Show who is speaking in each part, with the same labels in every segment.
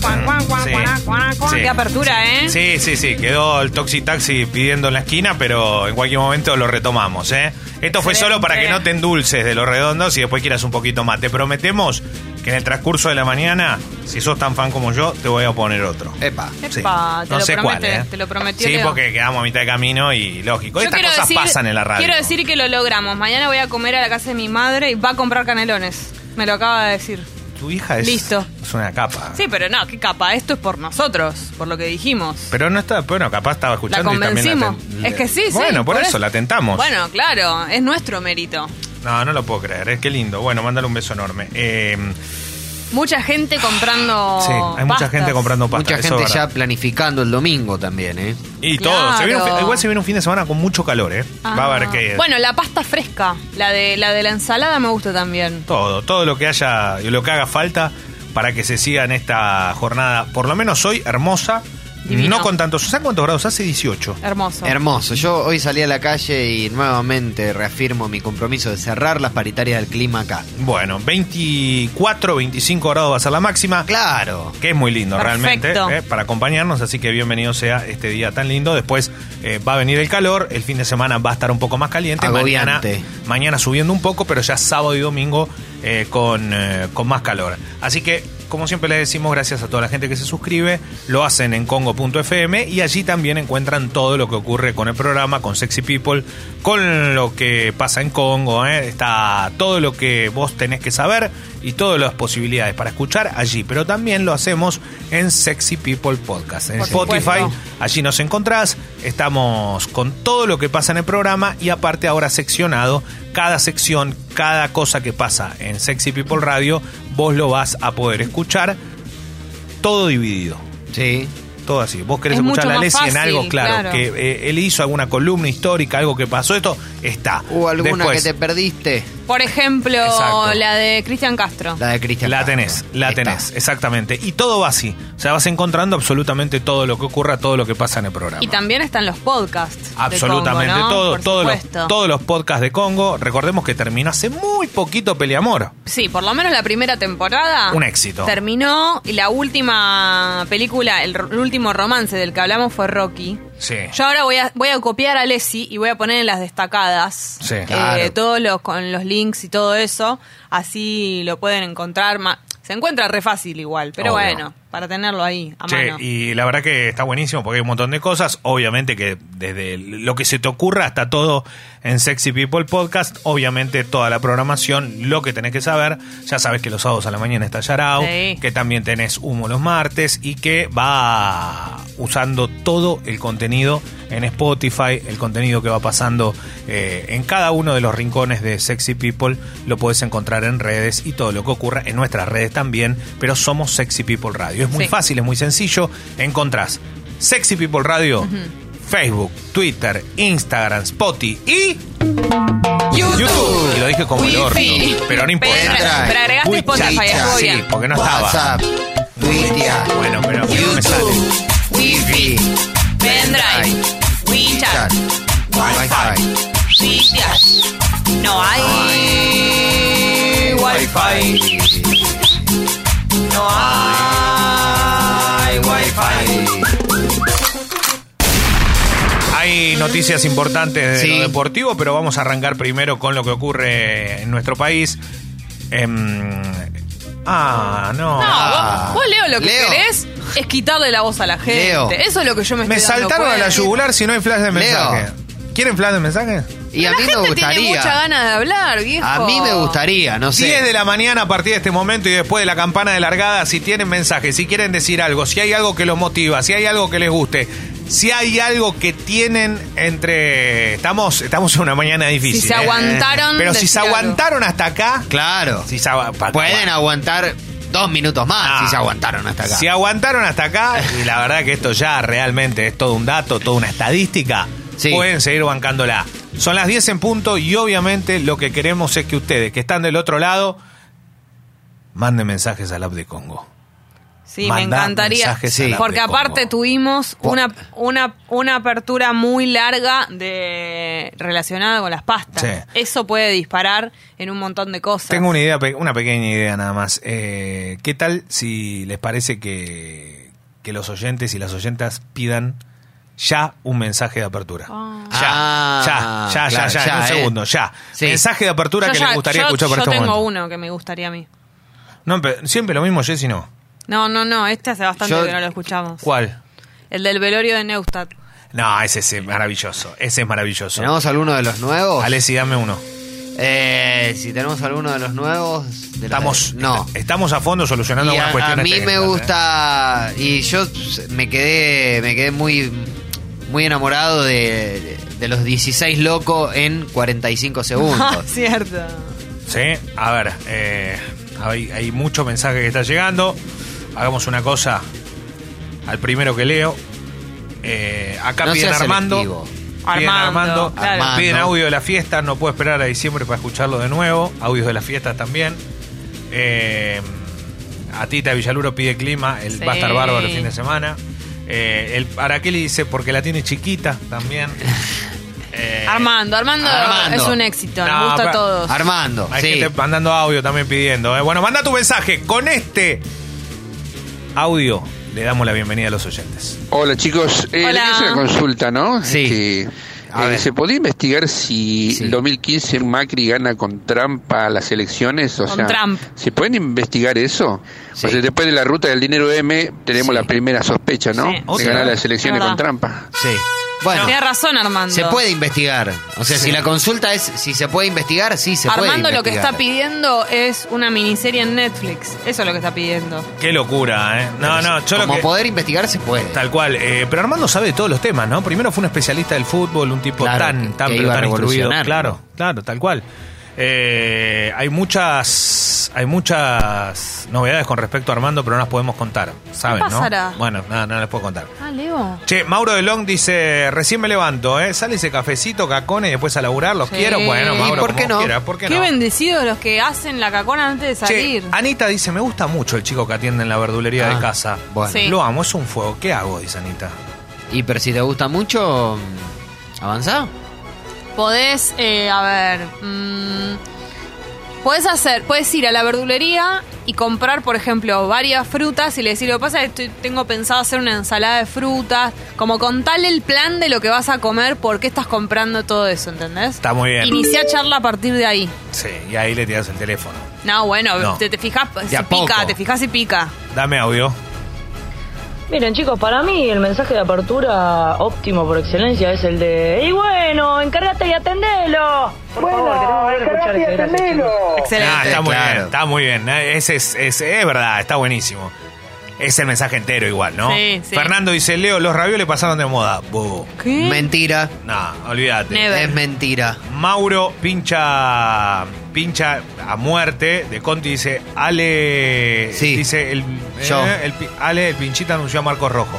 Speaker 1: Cuan, cuan, cuan, cuan, cuan, cuan. Qué apertura, ¿eh?
Speaker 2: Sí, sí, sí. Quedó el Toxi Taxi pidiendo en la esquina, pero en cualquier momento lo retomamos, ¿eh? Esto fue solo para que no te endulces de los redondos y después quieras un poquito más. Te prometemos que en el transcurso de la mañana, si sos tan fan como yo, te voy a poner otro.
Speaker 3: Epa.
Speaker 2: Sí.
Speaker 1: Epa, te
Speaker 2: no
Speaker 1: lo
Speaker 2: sé
Speaker 1: promete,
Speaker 2: cuál, ¿eh?
Speaker 1: te lo prometió
Speaker 2: Sí,
Speaker 1: Leo.
Speaker 2: porque quedamos a mitad de camino y lógico.
Speaker 1: Yo
Speaker 2: Estas
Speaker 1: quiero
Speaker 2: cosas
Speaker 1: decir-
Speaker 2: pasan en la radio.
Speaker 1: Quiero decir que lo logramos. Mañana voy a comer a la casa de mi madre y va a comprar canelones. Me lo acaba de decir.
Speaker 2: Tu hija es,
Speaker 1: Listo.
Speaker 2: es una capa.
Speaker 1: Sí, pero no, qué capa. Esto es por nosotros, por lo que dijimos.
Speaker 2: Pero no está, bueno, capaz estaba
Speaker 1: La
Speaker 2: escuchando y también la
Speaker 1: convencimos.
Speaker 2: ten-
Speaker 1: Es que sí, sí.
Speaker 2: Bueno, por, eso, la tentamos.
Speaker 1: Bueno, claro, es nuestro mérito.
Speaker 2: No, no lo puedo creer, es que lindo. Bueno, mándale un beso enorme. Eh,
Speaker 1: Mucha gente comprando.
Speaker 2: sí, hay mucha
Speaker 1: Oh, pastas.
Speaker 2: gente comprando pasta.
Speaker 3: Mucha
Speaker 2: eso
Speaker 3: gente
Speaker 2: es
Speaker 3: ya
Speaker 2: verdad.
Speaker 3: planificando el domingo también, ¿eh?
Speaker 2: Y todo. se viene un
Speaker 1: Claro.
Speaker 2: fin- igual se viene un fin de semana con mucho calor, ¿eh?
Speaker 1: Ah.
Speaker 2: Va a haber que.
Speaker 1: Bueno, la pasta fresca, la de la de la ensalada me gusta también.
Speaker 2: Todo, todo lo que haya y lo que haga falta para que se siga en esta jornada, por lo menos hoy, hermosa.
Speaker 1: Divino.
Speaker 2: No con tantos. ¿Saben cuántos grados hace? 18.
Speaker 1: Hermoso.
Speaker 3: Hermoso. Yo hoy salí a la calle y nuevamente reafirmo mi compromiso de cerrar las paritarias del clima acá.
Speaker 2: Bueno, 24, 25 grados va a ser la máxima.
Speaker 3: Claro.
Speaker 2: Que es muy lindo
Speaker 1: Perfecto.
Speaker 2: realmente ¿eh? para acompañarnos, así que bienvenido sea este día tan lindo. Después eh, va a venir el calor, el fin de semana va a estar un poco más caliente. Mañana,
Speaker 3: Agobiante.
Speaker 2: mañana subiendo un poco, pero ya sábado y domingo eh, con, eh, con más calor. Así que, como siempre les decimos, gracias a toda la gente que se suscribe, lo hacen en congo.fm y allí también encuentran todo lo que ocurre con el programa, con Sexy People, con lo que pasa en Congo, ¿eh? está todo lo que vos tenés que saber y todas las posibilidades para escuchar allí, pero también lo hacemos en Sexy People Podcast, en
Speaker 1: Por
Speaker 2: Spotify.
Speaker 1: supuesto.
Speaker 2: Allí nos encontrás, estamos con todo lo que pasa en el programa y aparte ahora seccionado, cada sección, cada cosa que pasa en Sexy People Radio, vos lo vas a poder escuchar todo dividido.
Speaker 3: Sí.
Speaker 2: Todo así. Vos querés
Speaker 1: Es
Speaker 2: escuchar
Speaker 1: mucho
Speaker 2: a
Speaker 1: más
Speaker 2: Lessi en
Speaker 1: fácil,
Speaker 2: algo, claro,
Speaker 1: claro.
Speaker 2: que eh, él hizo alguna columna histórica, algo que pasó, esto está.
Speaker 3: O alguna
Speaker 2: Después,
Speaker 3: que te perdiste.
Speaker 1: Por ejemplo,
Speaker 2: Exacto.
Speaker 1: la de Cristian Castro.
Speaker 3: La de Cristian.
Speaker 2: La
Speaker 3: Castro.
Speaker 2: tenés, la
Speaker 3: Está.
Speaker 2: tenés, exactamente. Y todo va así. O sea, vas encontrando absolutamente todo lo que ocurra, todo lo que pasa en el programa.
Speaker 1: Y también están los podcasts. de
Speaker 2: Absolutamente
Speaker 1: Congo, ¿no?
Speaker 2: todo,
Speaker 1: Por
Speaker 2: todos,
Speaker 1: supuesto.
Speaker 2: los, todos los podcasts de Congo. Recordemos que terminó hace muy poquito Peleamor.
Speaker 1: Sí, por lo menos la primera temporada.
Speaker 2: Un éxito.
Speaker 1: Terminó y la última película, el, ro- el último romance del que hablamos fue Rocky.
Speaker 2: Sí.
Speaker 1: Yo ahora voy a, voy a copiar a Lessi y voy a poner en las destacadas
Speaker 2: Sí.
Speaker 1: eh,
Speaker 3: Claro.
Speaker 1: todos los, con los links y todo eso. Así lo pueden encontrar. ma- Se encuentra re fácil igual, pero
Speaker 2: Obvio.
Speaker 1: bueno, para tenerlo ahí a
Speaker 2: Che,
Speaker 1: mano.
Speaker 2: y la verdad que está buenísimo porque hay un montón de cosas. Obviamente que desde lo que se te ocurra hasta todo en Sexy People Podcast. Obviamente toda la programación, lo que tenés que saber. Ya sabes que los sábados a la mañana está Yarao,
Speaker 1: Sí.
Speaker 2: que también tenés humo los martes y que va usando todo el contenido en Spotify, el contenido que va pasando eh, en cada uno de los rincones de Sexy People, lo podés encontrar en redes y todo lo que ocurra en nuestras redes también, pero somos Sexy People Radio. Es muy
Speaker 1: Sí.
Speaker 2: fácil, es muy sencillo, encontrás Sexy People Radio, Facebook, Twitter, Instagram, Spotify y YouTube. Y lo dije como el orto,
Speaker 1: Wifi.
Speaker 2: pero no importa.
Speaker 1: Pero, pero agregaste
Speaker 2: Uy,
Speaker 1: Spotify,
Speaker 2: chacha,
Speaker 1: estuvo
Speaker 2: sí,
Speaker 1: bien.
Speaker 2: porque no estaba.
Speaker 3: WhatsApp, Twitter,
Speaker 2: Bueno, pero no me sale.
Speaker 3: YouTube, Wi-Fi,
Speaker 1: Pendrive, WeChat,
Speaker 3: WeChat, Wi-Fi.
Speaker 1: WeChat. No hay Wi-Fi. No hay Wi-Fi.
Speaker 2: Hay noticias importantes de
Speaker 3: Sí.
Speaker 2: lo deportivo, pero vamos a arrancar primero con lo que ocurre en nuestro país. Em, ah, no.
Speaker 1: No,
Speaker 3: Ah.
Speaker 1: vos, vos, Leo lo que
Speaker 3: Leo.
Speaker 1: querés es quitarle la voz a la gente.
Speaker 3: Leo.
Speaker 1: Eso es lo que yo me estoy
Speaker 2: Me
Speaker 1: dando
Speaker 2: saltaron a la
Speaker 1: cuenta.
Speaker 2: yugular si no hay flash de mensaje. ¿Quieren flash de mensaje?
Speaker 3: Y a
Speaker 1: la
Speaker 3: mí
Speaker 1: gente
Speaker 3: me
Speaker 1: tiene mucha
Speaker 3: gustaría.
Speaker 1: gana de hablar, viejo.
Speaker 3: A mí me gustaría, no
Speaker 2: 10
Speaker 3: sé.
Speaker 2: de la mañana a partir de este momento y después de la campana de largada, si tienen mensajes, si quieren decir algo, si hay algo que los motiva, si hay algo que les guste, si hay algo que tienen entre... Estamos, estamos en una mañana difícil.
Speaker 1: Si se
Speaker 2: ¿eh?
Speaker 1: aguantaron,
Speaker 2: Pero si
Speaker 1: decir
Speaker 2: se
Speaker 1: algo.
Speaker 2: aguantaron hasta acá...
Speaker 3: Claro.
Speaker 2: si se agu- pa-
Speaker 3: Pueden aguantar dos minutos más
Speaker 2: Ah.
Speaker 3: si se aguantaron hasta acá.
Speaker 2: Si aguantaron hasta acá, y la verdad que esto ya realmente es todo un dato, toda una estadística,
Speaker 3: Sí.
Speaker 2: pueden seguir bancándola. Son las 10 en punto y obviamente lo que queremos es que ustedes que están del otro lado manden mensajes al app de Congo.
Speaker 1: Sí, me
Speaker 2: Mandá
Speaker 1: encantaría.
Speaker 2: mensajes a la
Speaker 1: Porque
Speaker 2: Precongo.
Speaker 1: aparte tuvimos una, una, una apertura muy larga de relacionada con las pastas.
Speaker 2: Sí.
Speaker 1: Eso puede disparar en un montón de cosas.
Speaker 2: Tengo una idea, pe- una pequeña idea nada más. Eh, ¿Qué tal si les parece que, que los oyentes y las oyentas pidan ya un mensaje de apertura?
Speaker 1: Ah.
Speaker 2: Ya,
Speaker 3: Ah,
Speaker 2: ya, ya,
Speaker 3: claro,
Speaker 2: ya, ya, en un
Speaker 3: ya, eh.
Speaker 2: segundo, ya.
Speaker 3: Sí.
Speaker 2: Mensaje de apertura
Speaker 1: Yo
Speaker 2: que
Speaker 1: ya-
Speaker 2: les gustaría
Speaker 1: yo-
Speaker 2: escuchar por
Speaker 1: yo
Speaker 2: este
Speaker 1: tengo
Speaker 2: momento.
Speaker 1: uno que me gustaría a mí.
Speaker 2: No, pero siempre lo mismo, Jessy, no.
Speaker 1: No, no, no, este hace bastante
Speaker 3: Yo-
Speaker 1: que no lo escuchamos.
Speaker 2: ¿Cuál?
Speaker 1: El del velorio de Neustadt.
Speaker 2: No, ese es maravilloso, ese es maravilloso.
Speaker 3: ¿Tenemos alguno de los nuevos?
Speaker 2: Alessi, dame uno.
Speaker 3: Eh, si tenemos alguno de los nuevos. de los-
Speaker 2: Estamos, este,
Speaker 3: No.
Speaker 2: est- estamos a fondo solucionando
Speaker 3: Y
Speaker 2: algunas
Speaker 3: a, a
Speaker 2: cuestiones
Speaker 3: mí me
Speaker 2: técnicas, ¿eh?
Speaker 3: gusta y yo me quedé me quedé muy muy enamorado de, de los 16 locos en 45 segundos.
Speaker 1: Cierto.
Speaker 2: Sí, a ver, eh, hay, hay mucho mensaje que está llegando. Hagamos una cosa al primero que leo. Eh, acá
Speaker 3: No
Speaker 2: piden
Speaker 3: seas
Speaker 2: Armando.
Speaker 3: selectivo.
Speaker 2: Piden
Speaker 1: Armando,
Speaker 2: Armando,
Speaker 1: claro.
Speaker 3: Armando.
Speaker 2: Piden audio de la fiesta. No puedo esperar a diciembre para escucharlo de nuevo. Audios de las fiestas también. Eh, a Tita Villaluro pide clima. El
Speaker 1: Sí.
Speaker 2: va a estar bárbaro el fin de semana. Eh, el Araqueli dice porque la tiene chiquita también. Eh,
Speaker 1: Armando, Armando,
Speaker 3: Armando. Ah,
Speaker 1: es un éxito, nos
Speaker 2: No,
Speaker 1: gusta a
Speaker 2: pero-
Speaker 1: todos.
Speaker 3: Armando,
Speaker 2: hay
Speaker 3: sí.
Speaker 2: gente mandando audio también pidiendo. ¿eh? Bueno, manda tu mensaje. Con este audio le damos la bienvenida a los oyentes.
Speaker 4: Hola chicos, eh,
Speaker 1: Hola.
Speaker 4: le quería hacer una consulta, ¿no?
Speaker 3: Sí.
Speaker 4: Este,
Speaker 3: A
Speaker 4: eh,
Speaker 3: ver.
Speaker 4: ¿Se podía investigar si
Speaker 3: Sí.
Speaker 4: en 2015 Macri gana con trampa las elecciones? O
Speaker 1: Con
Speaker 4: sea,
Speaker 1: Trump.
Speaker 4: ¿Se pueden investigar eso?
Speaker 3: Sí.
Speaker 4: O sea, después de la ruta del dinero M tenemos
Speaker 3: Sí.
Speaker 4: la primera sospecha, ¿no?
Speaker 1: Sí.
Speaker 4: De
Speaker 2: Otra.
Speaker 4: ganar las elecciones
Speaker 1: Es
Speaker 4: con
Speaker 1: verdad.
Speaker 4: trampa.
Speaker 3: Sí. Bueno,
Speaker 1: Tienes razón, Armando.
Speaker 3: se puede investigar. O sea, si la consulta es si se puede investigar, sí se puede.
Speaker 1: Armando lo que
Speaker 3: investigar.
Speaker 1: está pidiendo es una miniserie en Netflix. Eso es lo que está pidiendo.
Speaker 2: Qué locura, ¿eh? No, no, yo lo
Speaker 3: Como
Speaker 2: que-
Speaker 3: poder investigar se puede.
Speaker 2: Tal cual. eh, pero Armando sabe de todos los temas, ¿no? Primero fue un especialista del fútbol, un tipo
Speaker 3: Claro,
Speaker 2: tan,
Speaker 3: que-
Speaker 2: tan,
Speaker 3: que
Speaker 2: pero
Speaker 3: iba a
Speaker 2: tan instruido.
Speaker 3: revolucionar.
Speaker 2: Claro, claro, tal cual. Eh, hay muchas hay muchas novedades con respecto a Armando, pero no las podemos contar. ¿Saben,
Speaker 1: pasará?
Speaker 2: no? Bueno, nada, no les puedo contar.
Speaker 1: Ah, Leo.
Speaker 2: Che, Mauro de Long dice, recién me levanto, ¿eh? Sale ese cafecito, cacone, y después a laburar, los
Speaker 1: Sí.
Speaker 2: quiero. Bueno,
Speaker 1: ¿Y
Speaker 2: Mauro,
Speaker 3: por
Speaker 2: como
Speaker 3: qué
Speaker 2: vos
Speaker 3: no?
Speaker 2: quieras, ¿por qué,
Speaker 1: Qué,
Speaker 2: no?
Speaker 1: bendecidos los que hacen la cacona antes de
Speaker 2: Che,
Speaker 1: salir.
Speaker 2: Anita dice, me gusta mucho el chico que atiende en la verdulería
Speaker 3: Ah,
Speaker 2: de casa.
Speaker 3: Bueno.
Speaker 1: Sí.
Speaker 2: Lo amo, es un fuego. ¿Qué hago? Dice Anita.
Speaker 3: Y pero si te gusta mucho, avanzá.
Speaker 1: Podés, eh, a ver, mm, podés hacer, podés ir a la verdulería y comprar, por ejemplo, varias frutas y le decir, lo que pasa es que estoy- tengo pensado hacer una ensalada de frutas, como contarle el plan de lo que vas a comer, por qué estás comprando todo eso, ¿entendés?
Speaker 2: Está muy bien.
Speaker 1: Iniciá charla a partir de ahí.
Speaker 2: Sí, y ahí le tiras el teléfono.
Speaker 1: No, bueno,
Speaker 2: No.
Speaker 1: Te, te fijas si
Speaker 3: a
Speaker 1: pica,
Speaker 3: poco.
Speaker 1: te fijas si pica.
Speaker 2: Dame audio.
Speaker 5: Miren chicos, para mí el mensaje de apertura óptimo por excelencia es el de ¡Y bueno, encárgate y atendelo! Por favor, queremos volver a escuchar este ese, gracias, chicos.
Speaker 1: Excelente.
Speaker 2: Ah, está muy
Speaker 3: Claro.
Speaker 2: bien, está muy bien. Eh, Ese es, es- es verdad, está buenísimo. Es el mensaje entero igual, ¿no?
Speaker 1: Sí, sí.
Speaker 2: Fernando dice, Leo, los ravioles pasaron de moda. Buh.
Speaker 1: ¿Qué?
Speaker 3: Mentira.
Speaker 2: Nah, olvídate.
Speaker 1: Never.
Speaker 3: Es mentira.
Speaker 2: Mauro pincha pincha a muerte de Conti dice Ale
Speaker 3: Sí.
Speaker 2: dice el,
Speaker 3: Yo.
Speaker 2: eh, el pi- Ale el pinchita anunció a Marco Rojo.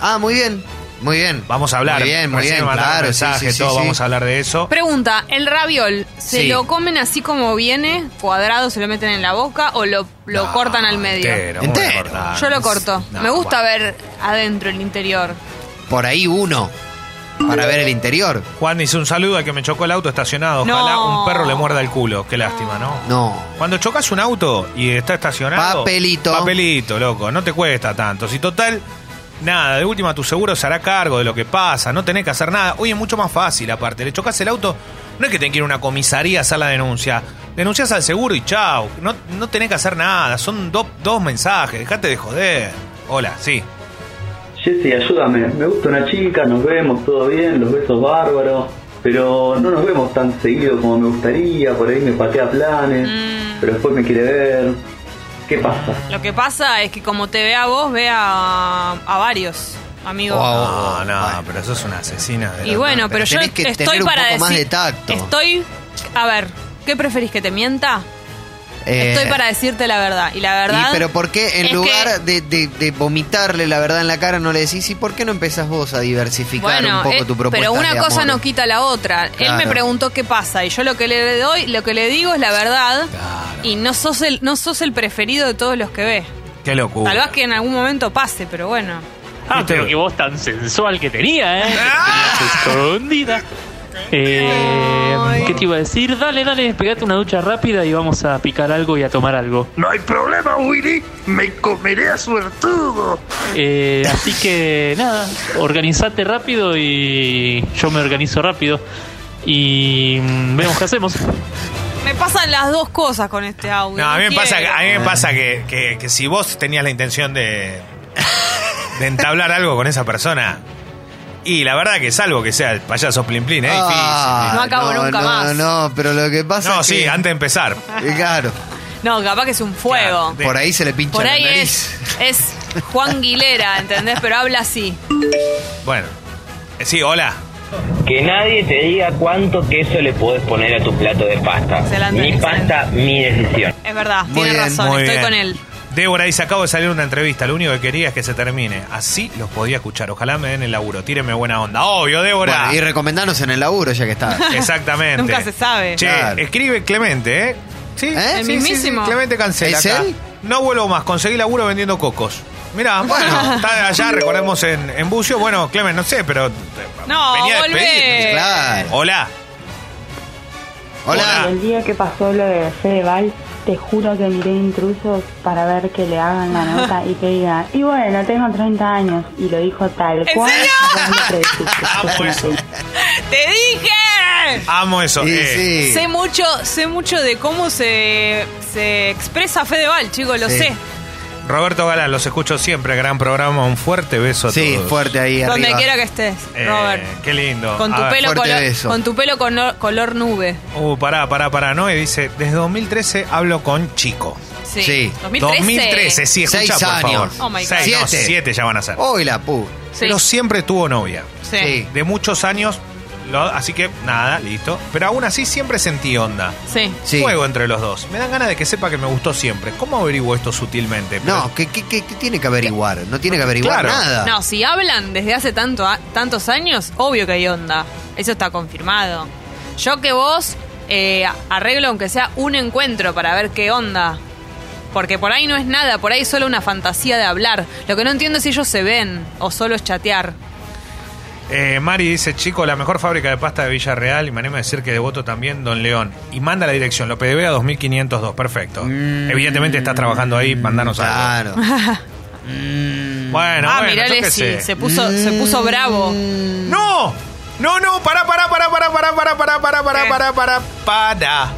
Speaker 3: Ah, muy bien. Muy bien.
Speaker 2: Vamos a hablar.
Speaker 3: Muy bien, muy
Speaker 2: Recién
Speaker 3: bien.
Speaker 2: me mandaron
Speaker 3: Claro, sí,
Speaker 2: mensaje,
Speaker 3: sí, sí,
Speaker 2: todo,
Speaker 3: sí.
Speaker 2: vamos a hablar de eso.
Speaker 1: Pregunta, ¿el raviol se
Speaker 3: Sí.
Speaker 1: lo comen así como viene, cuadrado, se lo meten en la boca o lo, lo
Speaker 2: No,
Speaker 1: cortan al medio?
Speaker 2: Entero, ¿cómo
Speaker 3: Entero. Ah,
Speaker 2: lo cortan?
Speaker 1: Yo lo corto.
Speaker 2: No,
Speaker 1: Me gusta
Speaker 2: bueno.
Speaker 1: ver adentro el interior.
Speaker 3: Por ahí uno. Para ver el interior.
Speaker 2: Juan dice un saludo al que me chocó el auto estacionado. Ojalá
Speaker 1: No.
Speaker 2: un perro le muerda el culo. Qué lástima, ¿no?
Speaker 3: No.
Speaker 2: Cuando chocas un auto y está estacionado.
Speaker 3: Papelito.
Speaker 2: Papelito, loco. No te cuesta tanto. Si total, nada. De última, tu seguro se hará cargo de lo que pasa. No tenés que hacer nada. Hoy es mucho más fácil, aparte. Le chocas el auto. No es que tenés que ir a una comisaría a hacer la denuncia. Denuncias al seguro y chao. No, no tenés que hacer nada. Son do- dos mensajes. Dejate de joder. Hola, sí.
Speaker 6: Jessy, ayúdame. Me gusta una chica, nos vemos, todo bien, los besos bárbaros. Pero no nos vemos tan seguido como me gustaría, por ahí me patea planes, pero después me quiere ver. ¿Qué pasa?
Speaker 1: Lo que pasa es que como te ve a vos, ve a, a varios amigos.
Speaker 2: No,
Speaker 3: Wow.
Speaker 2: no,
Speaker 3: Bueno.
Speaker 2: pero sos una asesina. de
Speaker 1: Y
Speaker 2: la-
Speaker 1: bueno, pero,
Speaker 3: pero
Speaker 1: yo
Speaker 3: tenés que
Speaker 1: estoy
Speaker 3: tener un
Speaker 1: para
Speaker 3: poco
Speaker 1: decir...
Speaker 3: más de tacto.
Speaker 1: Estoy... A ver, ¿qué preferís que te mienta?
Speaker 3: Eh,
Speaker 1: estoy para decirte la verdad. Y la verdad...
Speaker 3: y pero ¿por qué en
Speaker 1: es
Speaker 3: lugar de, de- de vomitarle la verdad en la cara no le decís, ¿y por qué no empezás vos a diversificar un poco
Speaker 1: eh,
Speaker 3: tu propuesta?
Speaker 1: Pero una
Speaker 3: de
Speaker 1: cosa
Speaker 3: amor?
Speaker 1: no quita la otra. Él me
Speaker 3: Claro.
Speaker 1: preguntó qué pasa y yo lo que le doy, lo que le digo es la verdad
Speaker 2: Claro.
Speaker 1: y no sos el no sos el preferido de todos los que ve.
Speaker 2: Qué locura.
Speaker 1: Tal vez que en algún momento pase, pero bueno.
Speaker 7: Ah,
Speaker 2: ¿Viste?
Speaker 7: pero qué voz tan sensual que tenía, ¿eh? Que tenías escondida. Eh,
Speaker 1: Ay.
Speaker 7: ¿Qué te iba a decir? Dale, dale, pegate una ducha rápida y vamos a picar algo y a tomar algo.
Speaker 8: No hay problema, Willy. Me comeré a suertudo.
Speaker 7: Eh, así que nada, organizate rápido y yo me organizo rápido. Y mm, vemos qué hacemos.
Speaker 1: Me pasan las dos cosas con este audio.
Speaker 2: No, a mí me
Speaker 1: quiero.
Speaker 2: pasa, a mí me pasa que, que- que si vos tenías la intención de, de entablar algo con esa persona, y la verdad que salvo que sea el payaso Plin Plin, es difícil.
Speaker 3: Ah,
Speaker 1: No acabo nunca
Speaker 3: no,
Speaker 1: más.
Speaker 3: No, pero lo que pasa
Speaker 2: No,
Speaker 3: es
Speaker 2: sí,
Speaker 3: que...
Speaker 2: antes de empezar.
Speaker 3: Eh, Claro,
Speaker 1: No, capaz que es un fuego.
Speaker 2: De-
Speaker 3: por ahí se le pincha
Speaker 1: Por ahí
Speaker 3: la
Speaker 1: es,
Speaker 3: nariz.
Speaker 1: es Juan Guilera, ¿entendés? Pero habla así.
Speaker 2: Bueno. Eh, Sí, hola.
Speaker 9: Que nadie te diga cuánto queso le podés poner a tu plato de pasta.
Speaker 1: Excelente,
Speaker 9: mi pasta, mi decisión.
Speaker 1: Es verdad,
Speaker 3: Muy
Speaker 1: tiene
Speaker 3: bien,
Speaker 1: razón,
Speaker 2: Muy
Speaker 1: estoy
Speaker 2: bien.
Speaker 1: con él.
Speaker 2: Débora dice, acabo de salir de una entrevista, lo único que quería es que se termine. Así los podía escuchar, ojalá me den el laburo, tírenme buena onda. Obvio, Débora.
Speaker 3: Bueno, y recomendanos en el laburo ya que está.
Speaker 2: Exactamente.
Speaker 1: Nunca se sabe.
Speaker 2: Che,
Speaker 3: Claro.
Speaker 2: escribe Clemente, ¿eh? Sí,
Speaker 3: ¿Eh?
Speaker 1: El
Speaker 2: sí, sí, sí,
Speaker 1: mismísimo.
Speaker 2: Clemente cancela.
Speaker 3: ¿Es
Speaker 2: acá.
Speaker 3: él?
Speaker 2: No vuelvo más, conseguí laburo vendiendo cocos. Mirá, bueno, está allá, recordemos en, en Bucio. Bueno, Clemente, no sé, pero. eh,
Speaker 1: No,
Speaker 2: venía a despedirme.
Speaker 1: volvé.
Speaker 3: Claro.
Speaker 2: Hola.
Speaker 3: Hola.
Speaker 10: El día que pasó lo de Fedeval, te juro que miré intrusos para ver que le hagan la nota y que diga, y bueno, tengo 30 años. Y lo dijo tal
Speaker 1: ¿En
Speaker 10: cual.
Speaker 1: serio? Ah,
Speaker 10: y vos me predijiste.
Speaker 2: Amo
Speaker 10: Yo
Speaker 2: eso.
Speaker 1: ¡Te dije!
Speaker 2: Amo eso.
Speaker 3: Sí,
Speaker 2: eh.
Speaker 3: sí.
Speaker 1: Sé mucho, sé mucho de cómo se, se expresa Fedeval, chicos, lo
Speaker 3: Sí.
Speaker 1: sé.
Speaker 2: Roberto Galán, los escucho siempre. Gran programa. Un fuerte beso a
Speaker 3: Sí,
Speaker 2: todos.
Speaker 3: fuerte ahí arriba.
Speaker 1: Donde quiera que estés,
Speaker 2: Eh,
Speaker 1: Robert.
Speaker 2: Qué ah, lindo.
Speaker 1: Con
Speaker 2: A
Speaker 1: tu,
Speaker 2: ver.
Speaker 1: pelo
Speaker 3: fuerte
Speaker 1: color,
Speaker 3: beso.
Speaker 1: con tu pelo color, color nube.
Speaker 2: Uh, pará, pará, pará. Noé dice: Desde 2013 hablo con Chico.
Speaker 1: Sí.
Speaker 3: Sí.
Speaker 1: 2013.
Speaker 2: 2013, sí, escucha,
Speaker 3: Seis
Speaker 2: por favor.
Speaker 3: años.
Speaker 1: Oh my God.
Speaker 2: Seis, no,
Speaker 3: Siete.
Speaker 2: siete ya van a ser.
Speaker 3: Hoy la pu.
Speaker 1: Sí.
Speaker 2: Pero siempre tuvo novia.
Speaker 1: Sí.
Speaker 3: sí.
Speaker 2: De muchos años, lo- así que nada, listo. Pero aún así siempre sentí onda.
Speaker 1: Sí.
Speaker 3: Sí.
Speaker 2: Juego entre los dos. Me dan ganas de que sepa que me gustó siempre. ¿Cómo averiguo esto sutilmente?
Speaker 3: No, ¿qué, qué, qué- qué tiene que averiguar? No tiene que averiguar
Speaker 2: Claro.
Speaker 3: nada.
Speaker 1: No, si hablan desde hace tanto a- tantos años, obvio que hay onda. Eso está confirmado. Yo que vos eh, arreglo aunque sea un encuentro para ver qué onda. Porque por ahí no es nada, por ahí es solo una fantasía de hablar. Lo que no entiendo es si ellos se ven o solo es chatear.
Speaker 2: Eh, Mari dice, chico, la mejor fábrica de pasta de Villarreal y me animo a decir que devoto también Don León. Y manda la dirección, lo PDB a 2502, perfecto. Evidentemente estás trabajando ahí, mandanos algo.
Speaker 3: Mm. Claro.
Speaker 2: Bueno,
Speaker 1: ah,
Speaker 2: bueno,
Speaker 1: mirá,
Speaker 2: yo qué
Speaker 1: Lessi,
Speaker 2: sé.
Speaker 1: se puso, se puso bravo.
Speaker 2: ¡No! No, no, pará, pará, pará, pará, pará, pará, pará, pará, pará,
Speaker 1: ¿Qué?
Speaker 2: pará, pará, pará.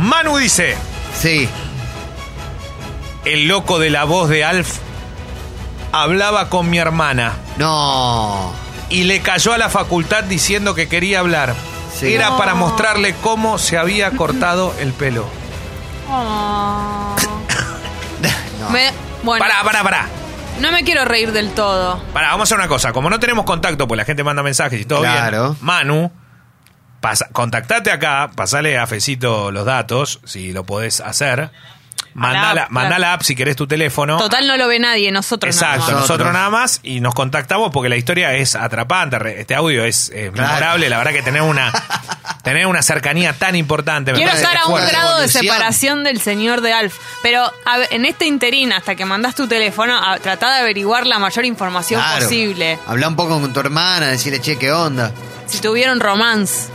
Speaker 2: Manu dice,
Speaker 3: Sí.
Speaker 2: el loco de la voz de Alf hablaba con mi hermana
Speaker 3: No.
Speaker 2: y le cayó a la facultad diciendo que quería hablar.
Speaker 3: Sí.
Speaker 2: Era para mostrarle cómo se había cortado el pelo.
Speaker 1: Oh.
Speaker 3: No.
Speaker 1: Me- bueno,
Speaker 2: Pará, pará, pará.
Speaker 1: no me quiero reír del todo.
Speaker 2: Pará, vamos a hacer una cosa. Como no tenemos contacto, pues la gente manda mensajes y todo
Speaker 3: Claro.
Speaker 2: bien. Manu, pasa- contactate acá, pasale a Fecito los datos, si lo podés hacer. Mandá
Speaker 1: app,
Speaker 2: la,
Speaker 1: claro.
Speaker 2: mandá la app si querés tu teléfono.
Speaker 1: Total no lo ve nadie, nosotros nada
Speaker 2: Exacto,
Speaker 1: más.
Speaker 2: nosotros.
Speaker 3: Nosotros.
Speaker 2: nada más y nos contactamos porque la historia es atrapante, re- este audio es eh,
Speaker 3: Claro.
Speaker 2: memorable, la verdad que tener una tener una cercanía tan importante. me
Speaker 1: Quiero
Speaker 2: parece
Speaker 1: estar
Speaker 2: que
Speaker 1: a
Speaker 2: es
Speaker 1: un
Speaker 2: fuerte.
Speaker 1: grado de
Speaker 3: Evolución.
Speaker 1: separación del señor de Alf. Pero a ver, en este interín, hasta que mandás tu teléfono, a- tratá de averiguar la mayor información
Speaker 3: Claro.
Speaker 1: posible.
Speaker 3: Habla un poco con tu hermana, decirle, che, qué onda.
Speaker 1: Si tuvieron romance.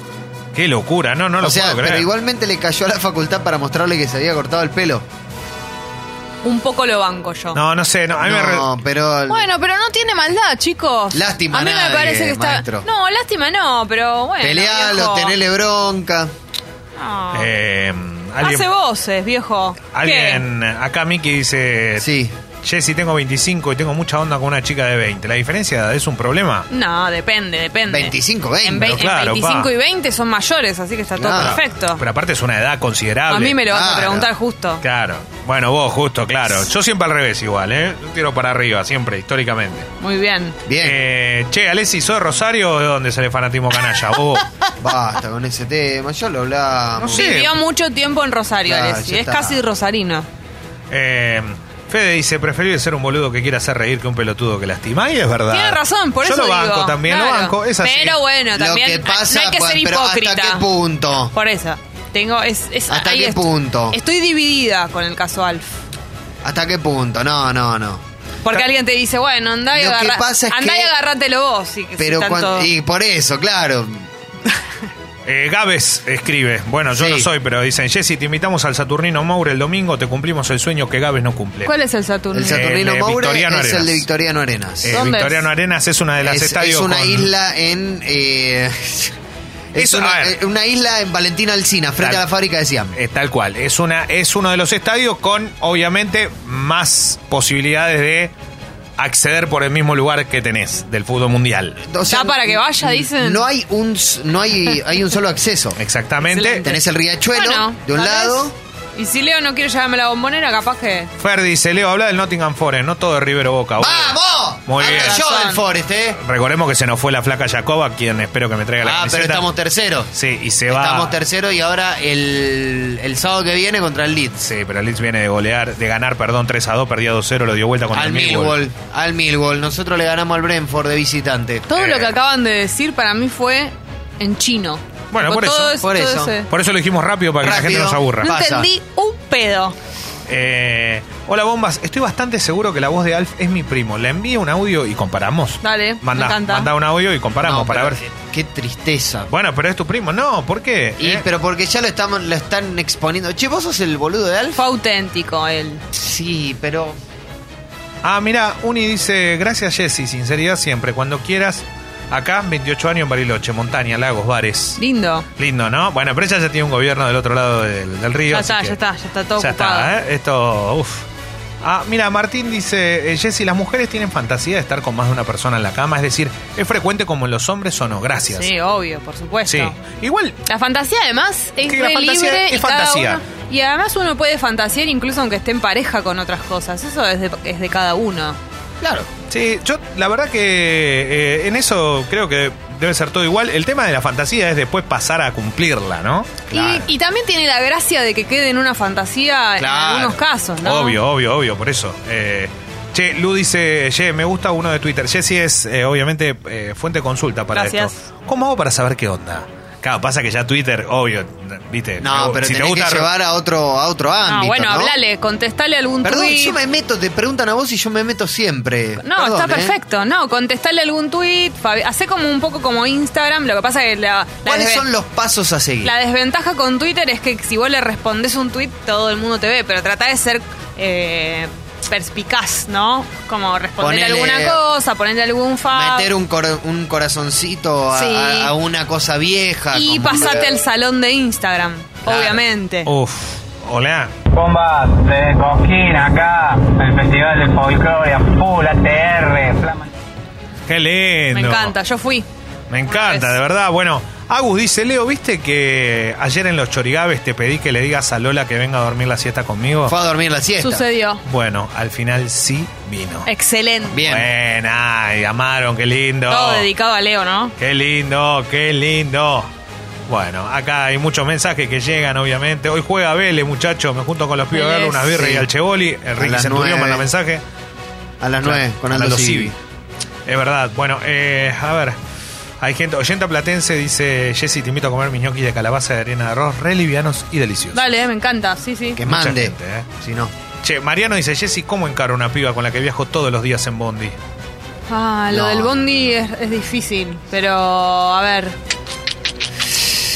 Speaker 2: Qué locura, no, no lo
Speaker 3: o sea,
Speaker 2: puedo creer.
Speaker 3: pero igualmente le cayó a la facultad para mostrarle que se había cortado el pelo.
Speaker 1: Un poco lo banco yo.
Speaker 2: No, no sé, no, a mí me re-
Speaker 3: no, pero.
Speaker 1: Bueno, pero no tiene maldad, chicos.
Speaker 3: Lástima
Speaker 1: A mí
Speaker 3: nadie,
Speaker 1: me parece que está.
Speaker 3: maestro.
Speaker 1: No, lástima no, pero bueno.
Speaker 3: Pelealo,
Speaker 1: viejo.
Speaker 3: tenele bronca.
Speaker 1: No.
Speaker 2: Eh, alguien,
Speaker 1: Hace voces, viejo. ¿Qué?
Speaker 2: alguien acá Miki dice,
Speaker 3: Sí.
Speaker 2: Jessy, tengo 25 y tengo mucha onda con una chica de 20. ¿La diferencia es un problema?
Speaker 1: No, depende, depende.
Speaker 3: 25, 20,
Speaker 1: En, vei-
Speaker 2: pero
Speaker 1: en
Speaker 2: claro, pa.
Speaker 1: 25 y 20 son mayores, así que está todo
Speaker 3: Claro.
Speaker 1: perfecto.
Speaker 2: Pero aparte es una edad considerable.
Speaker 1: A mí me lo vas a
Speaker 3: Claro.
Speaker 1: preguntar justo.
Speaker 2: Claro. Bueno, vos, justo, claro. Yo siempre al revés igual, ¿eh? Yo tiro para arriba, siempre, históricamente.
Speaker 1: Muy bien.
Speaker 3: Bien.
Speaker 2: Eh, che, Alessi, ¿sos de Rosario o de dónde sale fanatismo canalla? Vos.
Speaker 3: Basta con ese tema. Ya lo hablamos.
Speaker 2: No sé.
Speaker 1: Vivió mucho tiempo en Rosario,
Speaker 3: Claro,
Speaker 1: Alessi.
Speaker 3: ya
Speaker 1: Es
Speaker 3: está.
Speaker 1: casi rosarino.
Speaker 2: Eh, Fede dice, preferible ser un boludo que quiera hacer reír que un pelotudo que lastima. Y es verdad.
Speaker 1: Tiene razón, por
Speaker 2: Yo
Speaker 1: eso
Speaker 2: lo banco
Speaker 1: digo.
Speaker 2: también, lo
Speaker 1: Claro.
Speaker 2: banco. Es así.
Speaker 1: Pero bueno,
Speaker 3: Lo
Speaker 1: también
Speaker 3: que pasa,
Speaker 1: no hay que
Speaker 3: pues,
Speaker 1: ser
Speaker 3: pero
Speaker 1: hipócrita.
Speaker 3: ¿hasta qué punto?
Speaker 1: Por eso. Tengo, es, es-
Speaker 3: ¿Hasta
Speaker 1: ahí
Speaker 3: qué
Speaker 1: estoy-
Speaker 3: punto?
Speaker 1: Estoy dividida con el caso Alf.
Speaker 3: ¿Hasta qué punto? No, no, no.
Speaker 1: Porque alguien te dice, bueno, andá y,
Speaker 3: Lo que
Speaker 1: agarra-
Speaker 3: pasa es
Speaker 1: andá
Speaker 3: que-
Speaker 1: y agarrátelo vos. Y, que
Speaker 3: Pero
Speaker 1: si
Speaker 3: cuan-
Speaker 1: tanto-
Speaker 3: y por eso, claro.
Speaker 2: Eh, Gávez escribe, bueno, yo no soy, pero dicen, Jessy, te invitamos al Saturnino Moure el domingo, te cumplimos el sueño que Gávez no cumple.
Speaker 1: ¿Cuál es el Saturno?
Speaker 3: El Saturnino
Speaker 2: Eh, de
Speaker 3: Moure
Speaker 2: Victoriano
Speaker 3: es el
Speaker 2: Arenas.
Speaker 3: de Victoriano Arenas.
Speaker 2: Eh,
Speaker 1: ¿Dónde es?
Speaker 2: Victoriano Arenas es una de las
Speaker 3: es,
Speaker 2: estadios
Speaker 3: es una
Speaker 2: con-
Speaker 3: isla en. eh, es
Speaker 2: Eso, a
Speaker 3: una,
Speaker 2: ver.
Speaker 3: eh, una isla en Valentina Alcina, frente
Speaker 2: Tal-
Speaker 3: a la fábrica de Siam.
Speaker 2: Eh, tal cual, es, una, es uno de los estadios con, obviamente, más posibilidades de acceder por el mismo lugar que tenés del fútbol mundial.
Speaker 3: O sea,
Speaker 1: Ya para que vaya, dicen.
Speaker 3: No hay un, s- no hay, hay un solo acceso.
Speaker 2: Exactamente.
Speaker 1: Excelente.
Speaker 3: Tenés el riachuelo
Speaker 1: Bueno,
Speaker 3: de un
Speaker 1: tal vez.
Speaker 3: lado.
Speaker 1: Y si Leo no quiere llevarme la bombonera, capaz que.
Speaker 2: Fer dice, Leo, habla del Nottingham Forest, no todo de River o Boca. boludo".
Speaker 3: ¡Vamos!
Speaker 2: Muy
Speaker 3: Hablo
Speaker 2: bien.
Speaker 3: yo del Forest, ¿eh?
Speaker 2: Recordemos que se nos fue la flaca Jacoba, quien espero que me traiga la
Speaker 3: Ah, pero
Speaker 2: camiseta.
Speaker 3: estamos terceros.
Speaker 2: Sí, y se va.
Speaker 3: Estamos terceros y ahora el, el sábado que viene contra el Leeds.
Speaker 2: Sí, pero Leeds viene de golear, de ganar, perdón, 3 a 2, perdía 2 0, lo dio vuelta con
Speaker 3: Al
Speaker 2: el Millwall.
Speaker 3: Millwall. Al Millwall. Nosotros le ganamos al Brentford de visitante.
Speaker 1: Todo
Speaker 2: Eh.
Speaker 1: lo que acaban de decir para mí fue en chino.
Speaker 2: Bueno,
Speaker 1: Tipo,
Speaker 2: por eso,
Speaker 1: todo ese-
Speaker 3: por
Speaker 1: todo
Speaker 3: eso.
Speaker 1: ese-
Speaker 2: Por eso lo dijimos rápido para que la
Speaker 3: Rápido.
Speaker 2: gente no se aburra.
Speaker 1: No
Speaker 3: Pasa.
Speaker 1: entendí un pedo.
Speaker 2: Eh, hola bombas, estoy bastante seguro que la voz de Alf es mi primo. Le envío un audio y comparamos.
Speaker 1: Dale, me
Speaker 2: manda,
Speaker 1: encanta.
Speaker 2: manda un audio y comparamos
Speaker 3: No,
Speaker 2: para
Speaker 3: pero
Speaker 2: ver. si-
Speaker 3: qué- Qué tristeza.
Speaker 2: Bueno, pero es tu primo, no, ¿por qué?
Speaker 3: Y,
Speaker 2: Eh,
Speaker 3: Pero porque ya lo, estamos, lo están exponiendo. Che, ¿vos sos el boludo de Alfa?
Speaker 1: Fue auténtico él.
Speaker 3: Sí, pero...
Speaker 2: Ah, mira, Uni dice, gracias Jessy, sinceridad siempre, cuando quieras. Acá, 28 años en Bariloche, montaña, lagos, bares.
Speaker 1: Lindo.
Speaker 2: Lindo, ¿no? Bueno, pero ella ya tiene un gobierno del otro lado del, del río.
Speaker 1: Ya
Speaker 2: así
Speaker 1: está,
Speaker 2: que-
Speaker 1: ya está, ya está todo
Speaker 2: ya
Speaker 1: ocupado.
Speaker 2: está, ¿eh? Esto, uff. Ah, mira, Martín dice, eh, Jessy, las mujeres tienen fantasía de estar con más de una persona en la cama, es decir, es frecuente como en los hombres o no, gracias.
Speaker 1: Sí, obvio, por supuesto.
Speaker 2: Sí. Igual,
Speaker 1: La fantasía además es
Speaker 2: Que la
Speaker 1: re
Speaker 2: fantasía
Speaker 1: libre
Speaker 2: es
Speaker 1: y cada
Speaker 2: fantasía.
Speaker 1: uno- y además uno puede fantasear incluso aunque esté en pareja con otras cosas. Eso es de, es de cada uno.
Speaker 3: Claro.
Speaker 2: sí, yo la verdad que eh, en eso creo que debe ser todo igual. El tema de la fantasía es después pasar a cumplirla, ¿no?
Speaker 1: Y, y también tiene la gracia de que quede en una fantasía en
Speaker 3: Claro.
Speaker 1: algunos casos, ¿no?
Speaker 2: Obvio, obvio, obvio, por eso. Eh, che, Lu dice, che, me gusta uno de Twitter. Jessy es, eh, obviamente, eh, fuente de consulta para
Speaker 1: Gracias.
Speaker 2: esto. ¿Cómo hago para saber qué onda? Claro, pasa que ya Twitter, obvio, viste.
Speaker 3: No, pero
Speaker 2: Eh, si te
Speaker 3: tenés
Speaker 2: gusta...
Speaker 3: que llevar a otro, a otro ámbito,
Speaker 1: No, Ah, bueno,
Speaker 3: ¿no?
Speaker 1: hablale, contestale algún
Speaker 3: Perdón,
Speaker 1: tuit.
Speaker 3: yo me meto, te preguntan a vos y yo me meto siempre.
Speaker 1: No,
Speaker 3: Perdón,
Speaker 1: está
Speaker 3: ¿eh?
Speaker 1: perfecto. No, contestale algún tweet. Hacé como un poco como Instagram. Lo que pasa es que la, la
Speaker 3: ¿Cuáles
Speaker 1: desven-
Speaker 3: son los pasos a seguir?
Speaker 1: la desventaja con Twitter es que si vos le respondés un tweet, todo el mundo te ve. Pero trata de ser eh, perspicaz, ¿no? Como responder
Speaker 3: Ponele-
Speaker 1: alguna cosa, ponerle algún fa.
Speaker 3: Meter un, cor- un corazoncito a,
Speaker 1: Ah. Sí.
Speaker 3: a- a una cosa vieja.
Speaker 1: y
Speaker 3: como-
Speaker 1: pasate al salón de Instagram,
Speaker 3: Claro.
Speaker 1: obviamente.
Speaker 2: Uf, hola.
Speaker 9: Bombas desde Cosquín eh, acá, el Festival de Folclore, full ATR, flama.
Speaker 2: Qué lindo.
Speaker 1: Me encanta, yo fui.
Speaker 2: Me encanta,
Speaker 1: vez.
Speaker 2: de verdad. Bueno, Agus dice, Leo, ¿viste que ayer en los chorigabes te pedí que le digas a Lola que venga a dormir la siesta conmigo?
Speaker 3: Fue a dormir la siesta.
Speaker 1: Sucedió.
Speaker 2: Bueno, al final sí vino.
Speaker 1: Excelente.
Speaker 3: Bien.
Speaker 2: Buena, ay, amaron, qué lindo.
Speaker 1: Todo dedicado a Leo, ¿no?
Speaker 2: Qué lindo, qué lindo. Bueno, acá hay muchos mensajes que llegan, obviamente. Hoy juega Vélez, muchachos. Me junto con los pibes a darle unas birras
Speaker 3: Sí.
Speaker 2: y al Cheboli.
Speaker 3: A
Speaker 2: Enrique
Speaker 3: las
Speaker 2: Centurión
Speaker 3: nueve.
Speaker 2: manda mensaje.
Speaker 3: A las nueve, con
Speaker 2: A
Speaker 3: Aldo,
Speaker 2: los
Speaker 3: Civi.
Speaker 2: Civi. Es verdad. Bueno, eh, a ver. Hay gente, oyenta platense dice, Jessy, te invito a comer mis ñoquis de calabaza de arena de arroz, re livianos y deliciosos.
Speaker 1: Dale, me encanta. Sí, sí.
Speaker 3: Que
Speaker 2: Mucha
Speaker 3: mande.
Speaker 2: gente, eh.
Speaker 3: Si no.
Speaker 2: Che, Mariano dice, Jessy, ¿cómo encaro una piba con la que viajo todos los días en Bondi?
Speaker 1: Ah, lo
Speaker 3: No.
Speaker 1: del bondi es, es difícil, pero a ver.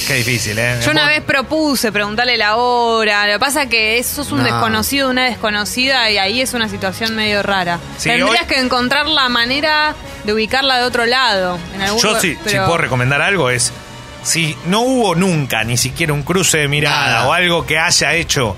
Speaker 2: Qué difícil, ¿eh?
Speaker 1: Yo
Speaker 2: En
Speaker 1: una
Speaker 2: Bondi-
Speaker 1: vez propuse preguntarle la hora. Lo que pasa que eso es un
Speaker 3: No.
Speaker 1: desconocido, una desconocida, y ahí es una situación medio rara.
Speaker 2: Sí,
Speaker 1: Tendrías
Speaker 2: hoy-
Speaker 1: que encontrar la manera de ubicarla de otro lado. En algún
Speaker 2: Yo
Speaker 1: lugar,
Speaker 2: sí, si
Speaker 1: pero-
Speaker 2: puedo recomendar algo es, si no hubo nunca ni siquiera un cruce de mirada
Speaker 3: Nada.
Speaker 2: o algo que haya hecho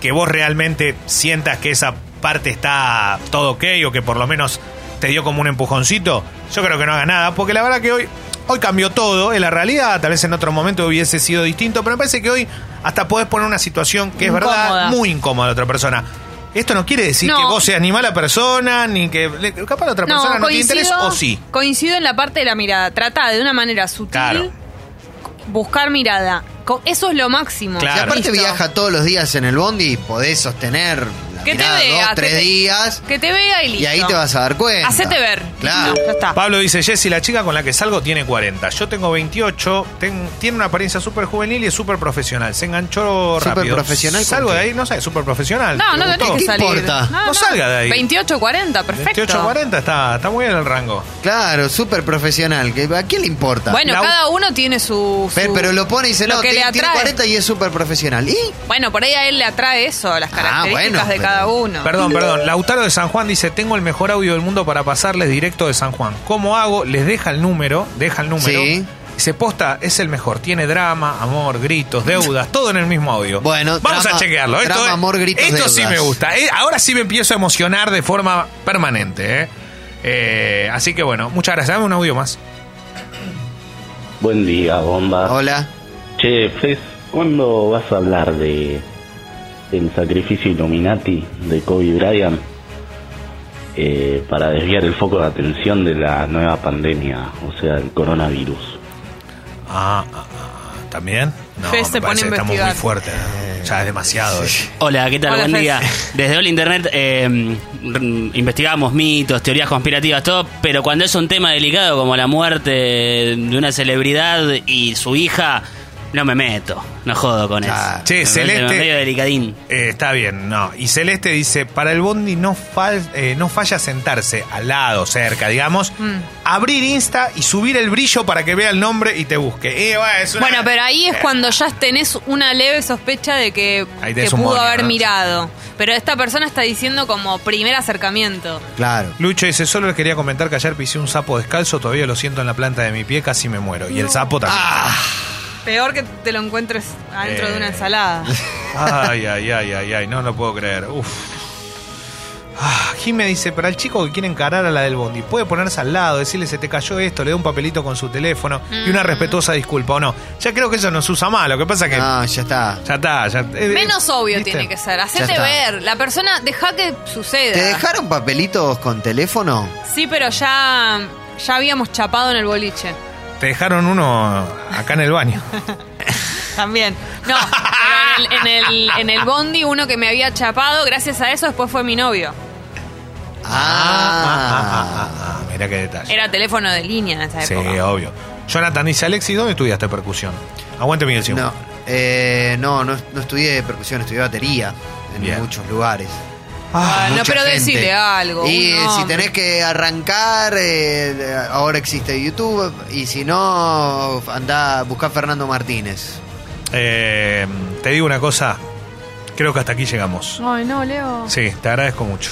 Speaker 2: que vos realmente sientas que esa parte está todo ok o que por lo menos te dio como un empujoncito, yo creo que no haga nada, porque la verdad que hoy, hoy cambió todo, en la realidad tal vez en otro momento hubiese sido distinto, pero me parece que hoy hasta podés poner una situación que es
Speaker 1: Incómoda.
Speaker 2: verdad muy incómoda a otra persona. Esto no quiere decir
Speaker 1: No.
Speaker 2: que vos seas ni mala persona, ni que le- capaz la otra persona no tiene interés, o sí.
Speaker 1: coincido en la parte de la mirada. Trata de una manera sutil
Speaker 2: Claro.
Speaker 1: buscar mirada. Co- Eso es lo máximo.
Speaker 2: Claro.
Speaker 3: Si aparte
Speaker 1: Listo.
Speaker 3: viaja todos los días en el bondi, podés sostener la
Speaker 1: Que te
Speaker 3: Mirá,
Speaker 1: vea.
Speaker 3: dos,
Speaker 1: que
Speaker 3: tres
Speaker 1: te-
Speaker 3: días.
Speaker 1: Que te vea y listo.
Speaker 3: Y ahí te vas a dar cuenta.
Speaker 1: Hacete ver.
Speaker 3: Claro.
Speaker 1: Ya está.
Speaker 2: Pablo dice, Jessy, la chica con la que salgo tiene 40. Yo tengo 28, ten- tiene una apariencia súper juvenil y es súper profesional. Se enganchó
Speaker 3: ¿Súper
Speaker 2: rápido.
Speaker 3: profesional con
Speaker 2: Salgo de
Speaker 3: qué?
Speaker 2: ahí, no sé, súper profesional.
Speaker 1: No,
Speaker 2: ¿Te
Speaker 1: no tenés
Speaker 2: gustó?
Speaker 1: que
Speaker 3: ¿Qué
Speaker 1: salir.
Speaker 3: importa?
Speaker 2: No salga de ahí.
Speaker 1: 28, 40, perfecto.
Speaker 2: 28, 40 está, está muy bien el rango.
Speaker 3: Claro, súper profesional. que- ¿A quién le importa?
Speaker 1: Bueno,
Speaker 2: La u-
Speaker 1: cada uno tiene su. su-
Speaker 3: Pe- pero, lo pone y dice,
Speaker 1: lo
Speaker 3: no,
Speaker 1: que
Speaker 3: tiene,
Speaker 1: le
Speaker 3: tiene
Speaker 1: atrae.
Speaker 3: 40 y es súper profesional. ¿Y?
Speaker 1: Bueno, por ahí a él le atrae eso, las características
Speaker 3: Ah, bueno,
Speaker 1: de
Speaker 3: pero-
Speaker 1: cada uno.
Speaker 2: Perdón, perdón. Lautaro de San Juan dice, tengo el mejor audio del mundo para pasarles directo de San Juan. ¿Cómo hago? Les deja el número, deja el número.
Speaker 3: Sí.
Speaker 2: Se posta, es el mejor. Tiene drama, amor, gritos, deudas, todo en el mismo audio.
Speaker 3: Bueno,
Speaker 2: vamos
Speaker 3: drama-
Speaker 2: a chequearlo. Esto,
Speaker 3: drama,
Speaker 2: es-
Speaker 3: amor, gritos,
Speaker 2: esto sí
Speaker 3: deudas.
Speaker 2: me gusta. Eh, Ahora sí me empiezo a emocionar de forma permanente. eh. Eh, así que bueno, muchas gracias. Dame un audio más.
Speaker 11: Buen día, bomba.
Speaker 2: Ah,
Speaker 3: Hola.
Speaker 11: Che, Fez, ¿cuándo vas a hablar de el sacrificio Illuminati de Kobe Bryant eh, para desviar el foco de atención de la nueva pandemia, o sea, el coronavirus?
Speaker 2: Ah, ah, ah, ¿también? No, me
Speaker 1: Fez se pone
Speaker 2: parece
Speaker 1: a
Speaker 2: que estamos muy
Speaker 1: investigar.
Speaker 2: fuertes. ¿no? Ya es demasiado. eh.
Speaker 12: Hola, ¿qué tal?
Speaker 1: Hola,
Speaker 12: Buen
Speaker 1: Fez.
Speaker 12: día. Desde Hola Internet eh, mm, investigamos mitos, teorías conspirativas, todo, pero cuando es un tema delicado como la muerte de una celebridad y su hija, no me meto, Ah, no jodo con eso.
Speaker 2: Che,
Speaker 12: Me parece
Speaker 2: Celeste-
Speaker 12: Medio delicadín.
Speaker 2: Eh, está bien, no. Y Celeste dice, para el Bondi no, fal- eh, no falla sentarse al lado, cerca, digamos,
Speaker 1: Mm.
Speaker 2: abrir Insta y subir el brillo para que vea el nombre y te busque. Eh, bueno, es una-
Speaker 1: Bueno, pero ahí es cuando ya tenés una leve sospecha de que,
Speaker 2: Ahí
Speaker 1: que
Speaker 2: tenés un
Speaker 1: pudo
Speaker 2: moño,
Speaker 1: haber
Speaker 2: ¿no?
Speaker 1: mirado. Pero esta persona está diciendo como primer acercamiento.
Speaker 3: Claro.
Speaker 2: Lucho dice, solo les quería comentar que ayer pisé un sapo descalzo, todavía lo siento en la planta de mi pie, casi me muero. Y el sapo también.
Speaker 1: Peor que te lo encuentres adentro de una
Speaker 2: Eh.
Speaker 1: ensalada.
Speaker 2: Ay, ay, ay, ay, ay, no lo puedo creer. Uf. Ah, Jimé dice, para el chico que quiere encarar a la del Bondi, puede ponerse al lado, decirle se te cayó esto, le da un papelito con su teléfono y
Speaker 1: Mm.
Speaker 2: una respetuosa disculpa, ¿o no? Ya creo que eso nos usa más, lo que pasa que...
Speaker 3: No, ya está.
Speaker 2: Ya está, ya... eh,
Speaker 1: Menos
Speaker 2: eh,
Speaker 1: obvio
Speaker 2: ¿viste?
Speaker 1: tiene que ser.
Speaker 3: Ya
Speaker 1: Hacete
Speaker 3: está.
Speaker 1: ver. La persona, deja que suceda.
Speaker 3: ¿Te dejaron papelitos con teléfono?
Speaker 1: Sí, pero ya, ya habíamos chapado en el boliche.
Speaker 2: Te dejaron uno acá en el baño.
Speaker 1: También. No, pero en el, en, el, en el bondi uno que me había chapado, gracias a eso después fue mi novio.
Speaker 2: Ah,
Speaker 3: Ah.
Speaker 2: ah, mira qué detalle.
Speaker 1: Era teléfono de línea en esa
Speaker 2: Sí,
Speaker 1: época.
Speaker 2: obvio. Jonathan dice, Alexi, ¿dónde estudiaste percusión? Aguante, Miguel Simón.
Speaker 3: No, eh, no, no, no estudié percusión, estudié batería en
Speaker 2: Bien.
Speaker 3: muchos lugares.
Speaker 1: Ah, no,
Speaker 3: Mucha
Speaker 1: pero
Speaker 3: gente.
Speaker 1: decile algo.
Speaker 3: Y
Speaker 1: un
Speaker 3: si
Speaker 1: hombre.
Speaker 3: tenés que arrancar, eh, de- ahora existe YouTube. Y si no, andá, buscá Fernando Martínez.
Speaker 2: Eh, te digo una cosa, creo que hasta aquí llegamos.
Speaker 1: Ay, no, Leo.
Speaker 2: Sí, te agradezco mucho.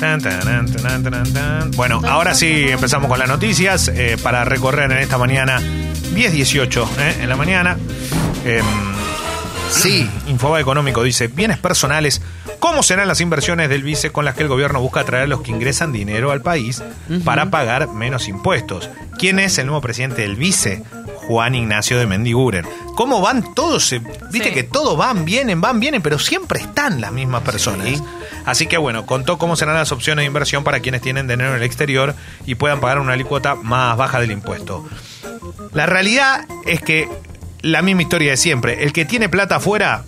Speaker 2: Tan, taran, taran, taran, tan. Bueno, ahora sí empezamos con las noticias eh, para recorrer en esta mañana 10.18 eh, en la mañana. Em,
Speaker 3: Sí,
Speaker 2: Infoba Económico dice, bienes personales, ¿cómo serán las inversiones del vice con las que el gobierno busca atraer a los que ingresan dinero al país para pagar menos impuestos? ¿Quién es el nuevo presidente del vice? Juan Ignacio de Mendiguren. ¿Cómo van todos? Se- Viste
Speaker 1: Sí.
Speaker 2: que todos van, vienen, van, vienen, pero siempre están las mismas personas. Así que bueno, contó cómo serán las opciones de inversión para quienes tienen dinero en el exterior y puedan pagar una alícuota más baja del impuesto. La realidad es que la misma historia de siempre. El que tiene plata afuera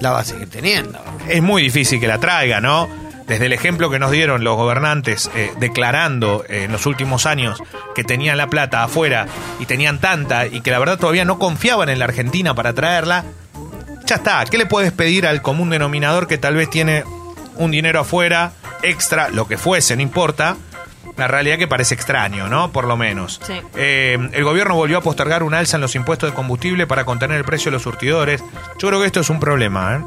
Speaker 3: la va a seguir teniendo.
Speaker 2: es muy difícil que la traiga, ¿no? Desde el ejemplo que nos dieron los gobernantes eh, declarando eh, en los últimos años que tenían la plata afuera y tenían tanta y que la verdad todavía no confiaban en la Argentina para traerla, ya está. ¿Qué le puedes pedir al común denominador que tal vez tiene un dinero afuera, extra, lo que fuese, no importa? La realidad que parece extraño, ¿no? Por lo menos.
Speaker 1: Sí.
Speaker 2: Eh, el gobierno volvió a postergar un alza en los impuestos de combustible para contener el precio de los surtidores. Yo creo que esto es un problema, ¿eh?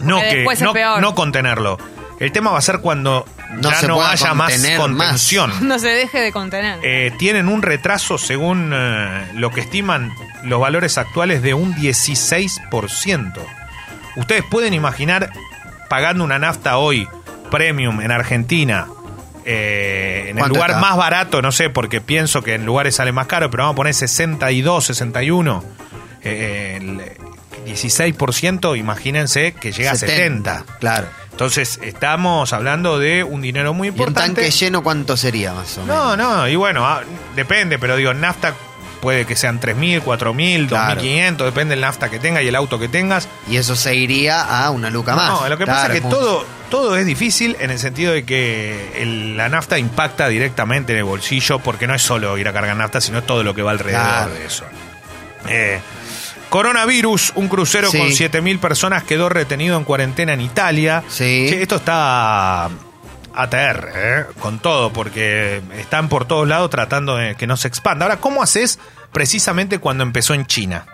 Speaker 2: No,
Speaker 1: Porque
Speaker 2: que,
Speaker 1: después es
Speaker 2: no,
Speaker 1: peor.
Speaker 2: no contenerlo. El tema va a ser cuando
Speaker 3: No
Speaker 2: ya
Speaker 3: se
Speaker 2: no
Speaker 3: pueda
Speaker 2: haya más
Speaker 3: contener más.
Speaker 2: contención.
Speaker 1: No se deje de contener.
Speaker 2: Eh, tienen un retraso, según eh, lo que estiman los valores actuales, de un 16%. Ustedes pueden imaginar pagando una nafta hoy premium en Argentina. eh, en el
Speaker 3: ¿Cuánto
Speaker 2: lugar
Speaker 3: está?
Speaker 2: más barato, no sé, porque pienso que en lugares sale más caro, pero vamos a poner 62, 61. eh, el 16%, imagínense que llega a 70.
Speaker 3: Claro.
Speaker 2: Entonces, estamos hablando de un dinero muy
Speaker 3: ¿Y un
Speaker 2: importante.
Speaker 3: tanque lleno cuánto sería más o
Speaker 2: No,
Speaker 3: menos?
Speaker 2: no, y bueno, ah, depende, pero digo, nafta puede que sean 3.000, 4.000, 2.500, depende del nafta que tenga y el auto que tengas.
Speaker 3: Y eso se iría a una luca más.
Speaker 2: No, lo que pasa
Speaker 3: Claro,
Speaker 2: es que
Speaker 3: punto.
Speaker 2: todo, todo es difícil en el sentido de que el- la nafta impacta directamente en el bolsillo porque no es solo ir a cargar nafta, sino todo lo que va alrededor
Speaker 3: Claro.
Speaker 2: de eso. Eh, coronavirus, un crucero
Speaker 3: Sí.
Speaker 2: con 7.000 personas quedó retenido en cuarentena en Italia. Che, esto está ATR, ¿eh? con todo, porque están por todos lados tratando de que no se expanda. Ahora, ¿cómo haces precisamente cuando empezó en China?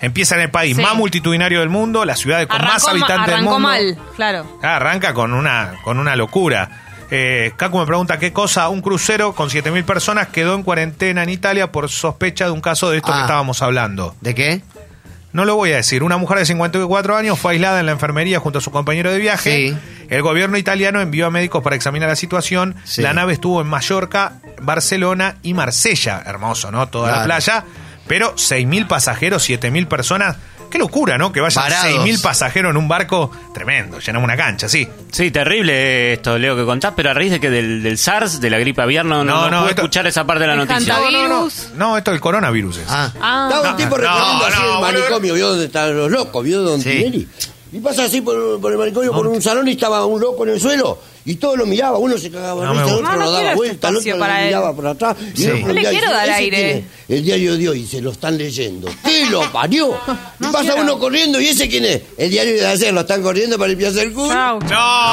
Speaker 2: Empieza en el país
Speaker 1: Sí.
Speaker 2: más multitudinario del mundo, la ciudad con más
Speaker 1: Arrancó, ma-
Speaker 2: habitantes del
Speaker 1: arrancó
Speaker 2: mundo.
Speaker 1: mal, claro.
Speaker 2: Ah, arranca con una, con una locura. Eh, Cacu me pregunta qué cosa, un crucero con 7.000 personas quedó en cuarentena en Italia por sospecha de un caso de esto que estábamos hablando.
Speaker 3: ¿De qué?
Speaker 2: No lo voy a decir. Una mujer de 54 años fue aislada en la enfermería junto a su compañero de viaje. El gobierno italiano envió a médicos para examinar la situación.
Speaker 3: Sí.
Speaker 2: La nave estuvo en Mallorca, Barcelona y Marsella. Hermoso, ¿no? Toda la
Speaker 3: Claro.
Speaker 2: playa. Pero 6.000 pasajeros, 7.000 personas. Qué locura, ¿no? Que vayan
Speaker 12: Varados.
Speaker 2: 6.000 pasajeros en un barco. Tremendo. Llenamos una cancha, sí.
Speaker 12: Sí, terrible esto, Leo, que contás, pero a raíz de que del, del SARS, de la gripe aviar, no, no,
Speaker 2: No,
Speaker 12: no
Speaker 2: no,
Speaker 12: pude
Speaker 2: esto-
Speaker 12: escuchar esa parte de la noticia.
Speaker 2: No, esto del coronavirus es.
Speaker 1: Ah.
Speaker 13: Estaba
Speaker 2: No,
Speaker 13: un tipo
Speaker 2: no,
Speaker 13: recorriendo así
Speaker 2: no,
Speaker 13: el
Speaker 2: boludo.
Speaker 13: manicomio, vio donde están los locos, vio donde Tinelli. Y pasa así por, por el manicomio, por un salón y estaba un loco en el suelo. Y todo lo miraba, uno se cagaba,
Speaker 2: No
Speaker 13: de
Speaker 2: me
Speaker 13: risa,
Speaker 2: gusta.
Speaker 13: otro
Speaker 2: No, no
Speaker 13: lo daba
Speaker 2: quiero
Speaker 13: vuelta, el
Speaker 2: espacio
Speaker 13: otro
Speaker 2: para
Speaker 13: lo
Speaker 2: él.
Speaker 13: miraba por atrás. y
Speaker 2: Sí.
Speaker 13: otro lo
Speaker 2: No le
Speaker 13: miraba y
Speaker 1: quiero
Speaker 13: dice,
Speaker 1: dar
Speaker 13: "Ese
Speaker 1: aire".
Speaker 13: tiene El diario de hoy, se lo están leyendo. ¿Qué lo parió? Y pasa uno corriendo, ¿y ese quién es? El diario de ayer, lo están corriendo para limpiarse el culo.
Speaker 1: No,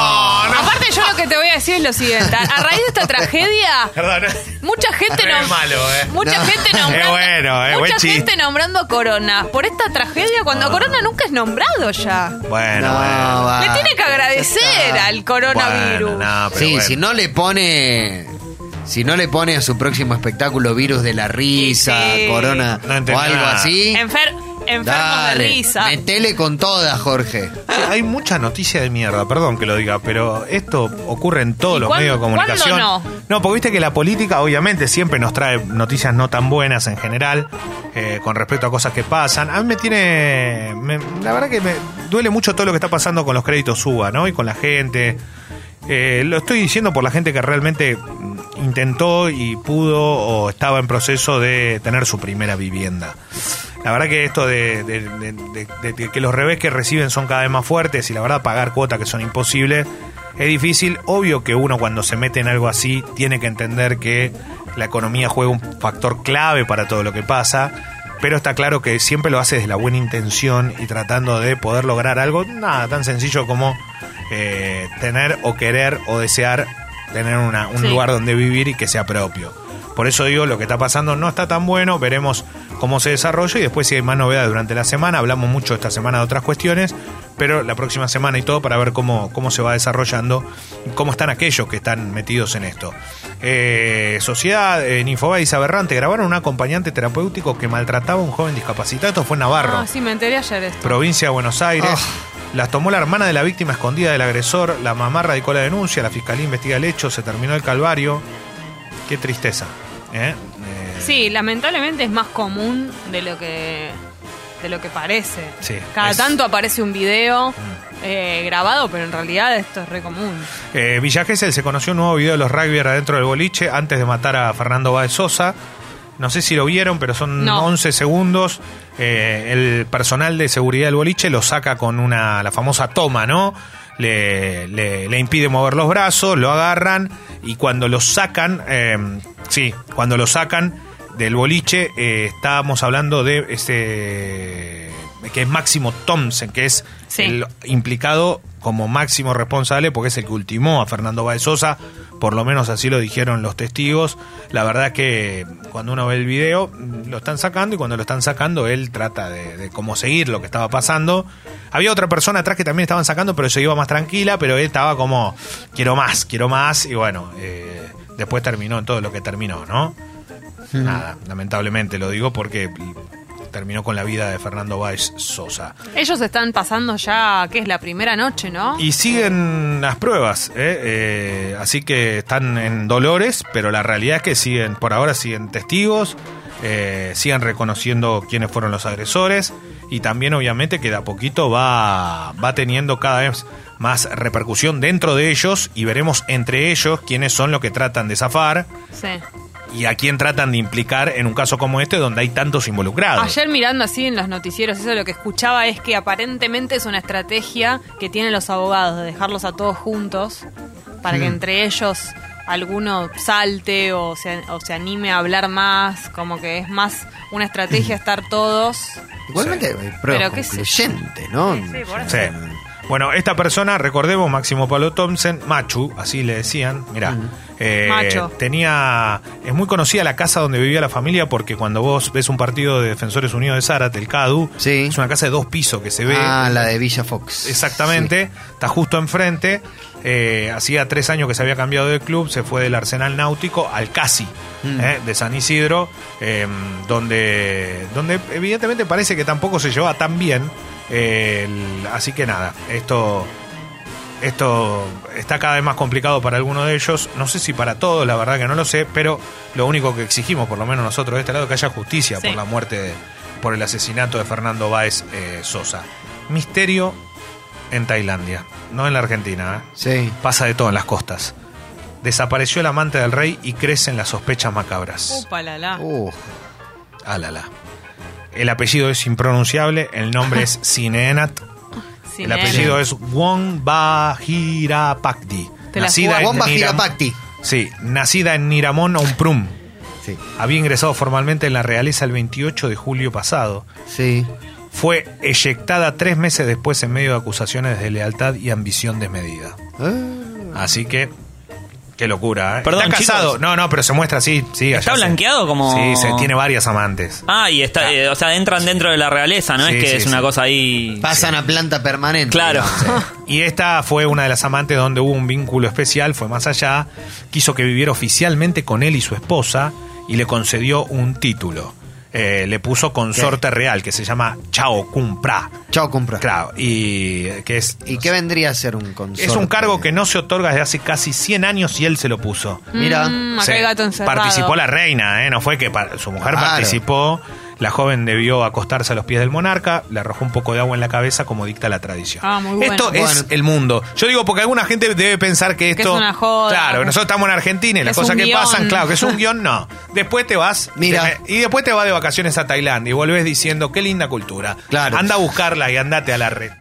Speaker 1: Aparte yo lo que te voy a decir es lo siguiente. A a raíz de esta tragedia,
Speaker 2: Perdón.
Speaker 1: mucha gente
Speaker 2: Re
Speaker 1: no...
Speaker 2: malo, ¿eh?
Speaker 1: Mucha
Speaker 2: No.
Speaker 1: gente nombrando...
Speaker 2: Es bueno, es
Speaker 1: mucha
Speaker 2: buen chiste.
Speaker 1: gente nombrando a Corona. Por esta tragedia, cuando a Corona nunca es nombrado ya.
Speaker 2: Bueno,
Speaker 3: No,
Speaker 2: bueno.
Speaker 3: va.
Speaker 1: Le tiene que agradecer al coronavirus.
Speaker 2: Ah, pero
Speaker 3: sí,
Speaker 2: Ah, bueno.
Speaker 3: si no le pone. Si no le pone a su próximo espectáculo virus de la risa,
Speaker 1: Sí.
Speaker 3: corona
Speaker 1: No
Speaker 3: o algo así.
Speaker 1: Enfer- enfermos
Speaker 3: Dale,
Speaker 1: de risa.
Speaker 3: Metele con toda, Jorge.
Speaker 2: Sí, Hay mucha noticia de mierda, perdón que lo diga, pero esto ocurre en todos
Speaker 1: ¿Y
Speaker 2: los
Speaker 1: cuándo-
Speaker 2: medios de comunicación.
Speaker 1: cuándo
Speaker 2: porque viste que la política obviamente siempre nos trae noticias no tan buenas en general eh, con respecto a cosas que pasan. A mí me tiene... me- la verdad que me duele mucho todo lo que está pasando con los créditos UBA, ¿no? Y con la gente. Eh, lo estoy diciendo por la gente que realmente mm, intentó y pudo o estaba en proceso de tener su primera vivienda. La verdad que esto de, de- de- de- de que los revés que reciben son cada vez más fuertes y la verdad pagar cuotas que son imposibles es difícil. Obvio que uno cuando se mete en algo así tiene que entender que la economía juega un factor clave para todo lo que pasa. Pero está claro que siempre lo hace desde la buena intención y tratando de poder lograr algo, nada tan sencillo como eh, tener o querer o desear tener una- un
Speaker 14: Sí.
Speaker 2: lugar donde vivir y que sea propio. Por eso digo, lo que está pasando no está tan bueno, veremos cómo se desarrolla y después si hay más novedades durante la semana, hablamos mucho esta semana de otras cuestiones, pero la próxima semana y todo para ver cómo, cómo se va desarrollando, y cómo están aquellos que están metidos en esto. Eh, sociedad, en Infobase Aberrante, grabaron un acompañante terapéutico que maltrataba a un joven discapacitado, esto fue en Navarro
Speaker 1: Ah, sí, me enteré ayer esto.
Speaker 2: provincia de Buenos Aires. Las tomó la hermana de la víctima escondida del agresor. La mamá radicó la denuncia. La fiscalía investiga el hecho. Se terminó el calvario. Qué tristeza. ¿eh?
Speaker 1: Sí, lamentablemente es más común de lo que de lo que parece.
Speaker 2: Sí,
Speaker 1: Cada
Speaker 2: es- Mm.
Speaker 1: tanto aparece un video eh, grabado, pero en realidad esto es re común.
Speaker 2: Eh, Villa Gesell se conoció un nuevo video de los rugbyers adentro del boliche antes de matar a Fernando Báez Sosa. No sé si lo vieron, pero son
Speaker 1: No.
Speaker 2: 11 segundos. Eh, el personal de seguridad del boliche lo saca con una la famosa toma, ¿no? Le, le- le impide mover los brazos, lo agarran y cuando lo sacan, eh, sí, cuando lo sacan del boliche, eh, estábamos hablando de ese que es Máximo Thompson, que es el implicado como máximo responsable, porque es el que ultimó a Fernando Baez Sosa, por lo menos así lo dijeron los testigos. La verdad que cuando uno ve el video, mm, lo están sacando y cuando lo están sacando, él trata de, de cómo seguir lo que estaba pasando. Había otra persona atrás que también estaban sacando, pero se iba más tranquila, pero él estaba como, quiero más, quiero más, y bueno, eh, después terminó en todo lo que terminó, ¿no? Nada, lamentablemente lo digo porque terminó con la vida de Fernando Báez Sosa.
Speaker 1: Ellos están pasando ya, ¿qué es la primera noche, no?
Speaker 2: Y siguen las pruebas, ¿eh? Eh, así que están en dolores, pero la realidad es que siguen, por ahora siguen testigos, eh, siguen reconociendo quiénes fueron los agresores y también obviamente que de a poquito va, va teniendo cada vez más repercusión dentro de ellos y veremos entre ellos quiénes son los que tratan de zafar.
Speaker 1: Sí.
Speaker 2: y a quién tratan de implicar en un caso como este donde hay tantos involucrados.
Speaker 1: Ayer mirando así en los noticieros, eso lo que escuchaba es que aparentemente es una estrategia que tienen los abogados de dejarlos a todos juntos para que
Speaker 3: Mm.
Speaker 1: entre ellos alguno salte o se, o se anime a hablar más, como que es más una estrategia estar todos.
Speaker 3: Igualmente,
Speaker 1: Pero
Speaker 3: pero
Speaker 1: qué sé-
Speaker 3: ¿no?
Speaker 2: Sí. Bueno, esta persona, recordemos, Máximo Pablo Thompson, Machu, así le decían, mirá, eh,
Speaker 1: Macho.
Speaker 2: tenía, es muy conocida la casa donde vivía la familia porque cuando vos ves un partido de Defensores Unidos de Zárate, el CADU, es una casa de dos pisos que se ve.
Speaker 3: Ah, la de Villa Fox.
Speaker 2: Exactamente, está justo enfrente. Eh, hacía tres años que se había cambiado de club, se fue del Arsenal Náutico al Casi,
Speaker 3: Mm.
Speaker 2: eh, de San Isidro, eh, donde, donde evidentemente parece que tampoco se llevaba tan bien. eh, el- así que nada, esto, esto está cada vez más complicado para alguno de ellos. No sé si para todos, la verdad que no lo sé, pero lo único que exigimos, por lo menos nosotros de este lado, es que haya justicia
Speaker 1: Sí.
Speaker 2: por la muerte, de- por el asesinato de Fernando Báez eh, Sosa. Misterio en Tailandia, no en la Argentina. ¿eh?
Speaker 3: Sí.
Speaker 2: Pasa de todo en las costas. Desapareció el amante del rey y crecen las sospechas macabras.
Speaker 1: Upa, la, la.
Speaker 2: Uh,
Speaker 3: Uh,
Speaker 2: Alala. El apellido es impronunciable, el nombre es Sinenat.
Speaker 1: Sin
Speaker 2: El
Speaker 1: él.
Speaker 2: apellido es Wong Bajirapakdi.
Speaker 1: Te la jugás. Wong
Speaker 3: Bajirapakdi.
Speaker 2: Sí, nacida en Niramón Umprum. Había ingresado formalmente en la realeza el 28 de julio pasado.
Speaker 3: Sí.
Speaker 2: Fue eyectada tres meses después en medio de acusaciones de lealtad y ambición desmedida. Así que, qué locura. ¿eh?
Speaker 14: Perdón,
Speaker 2: Está casado.
Speaker 14: chicos.
Speaker 2: No, no, pero se muestra así. Sí,
Speaker 14: ¿Está
Speaker 2: allá se-
Speaker 14: blanqueado como-
Speaker 2: Sí, se tiene varias amantes.
Speaker 14: Ah, y está, eh, o sea, entran dentro de la realeza, no
Speaker 2: Sí,
Speaker 14: es que
Speaker 2: sí,
Speaker 14: es una
Speaker 2: sí.
Speaker 14: cosa ahí.
Speaker 3: Pasan a planta permanente.
Speaker 14: Claro.
Speaker 2: Y esta fue una de las amantes donde hubo un vínculo especial, fue más allá, quiso que viviera oficialmente con él y su esposa y le concedió un título. Eh, le puso consorte real que se llama Chao Cumpra.
Speaker 3: Chao Cumpra.
Speaker 2: Claro, y eh, que es
Speaker 3: ¿Y qué vendría a ser un consorte?
Speaker 2: es un cargo que no se otorga desde hace casi 100 años y él se lo puso.
Speaker 3: Mira.
Speaker 1: Mm, acá
Speaker 2: Se-
Speaker 1: hay gato encerrado.
Speaker 2: participó la reina, ¿eh? no fue que par- su mujer
Speaker 3: Claro.
Speaker 2: participó. La joven debió acostarse a los pies del monarca, le arrojó un poco de agua en la cabeza como dicta la tradición.
Speaker 1: Ah, muy bueno.
Speaker 2: Esto es el mundo. Yo digo porque alguna gente debe pensar que
Speaker 1: Que
Speaker 2: esto.
Speaker 1: es una joda.
Speaker 2: Claro, nosotros estamos en Argentina y las
Speaker 1: Es un
Speaker 2: cosas que
Speaker 1: guión.
Speaker 2: pasan, claro, que es un guión, no. Después te vas.
Speaker 3: Mira.
Speaker 2: te me- y después te vas de vacaciones a Tailandia y volvés diciendo, qué linda cultura. Claro. Anda a buscarla y andate a la red.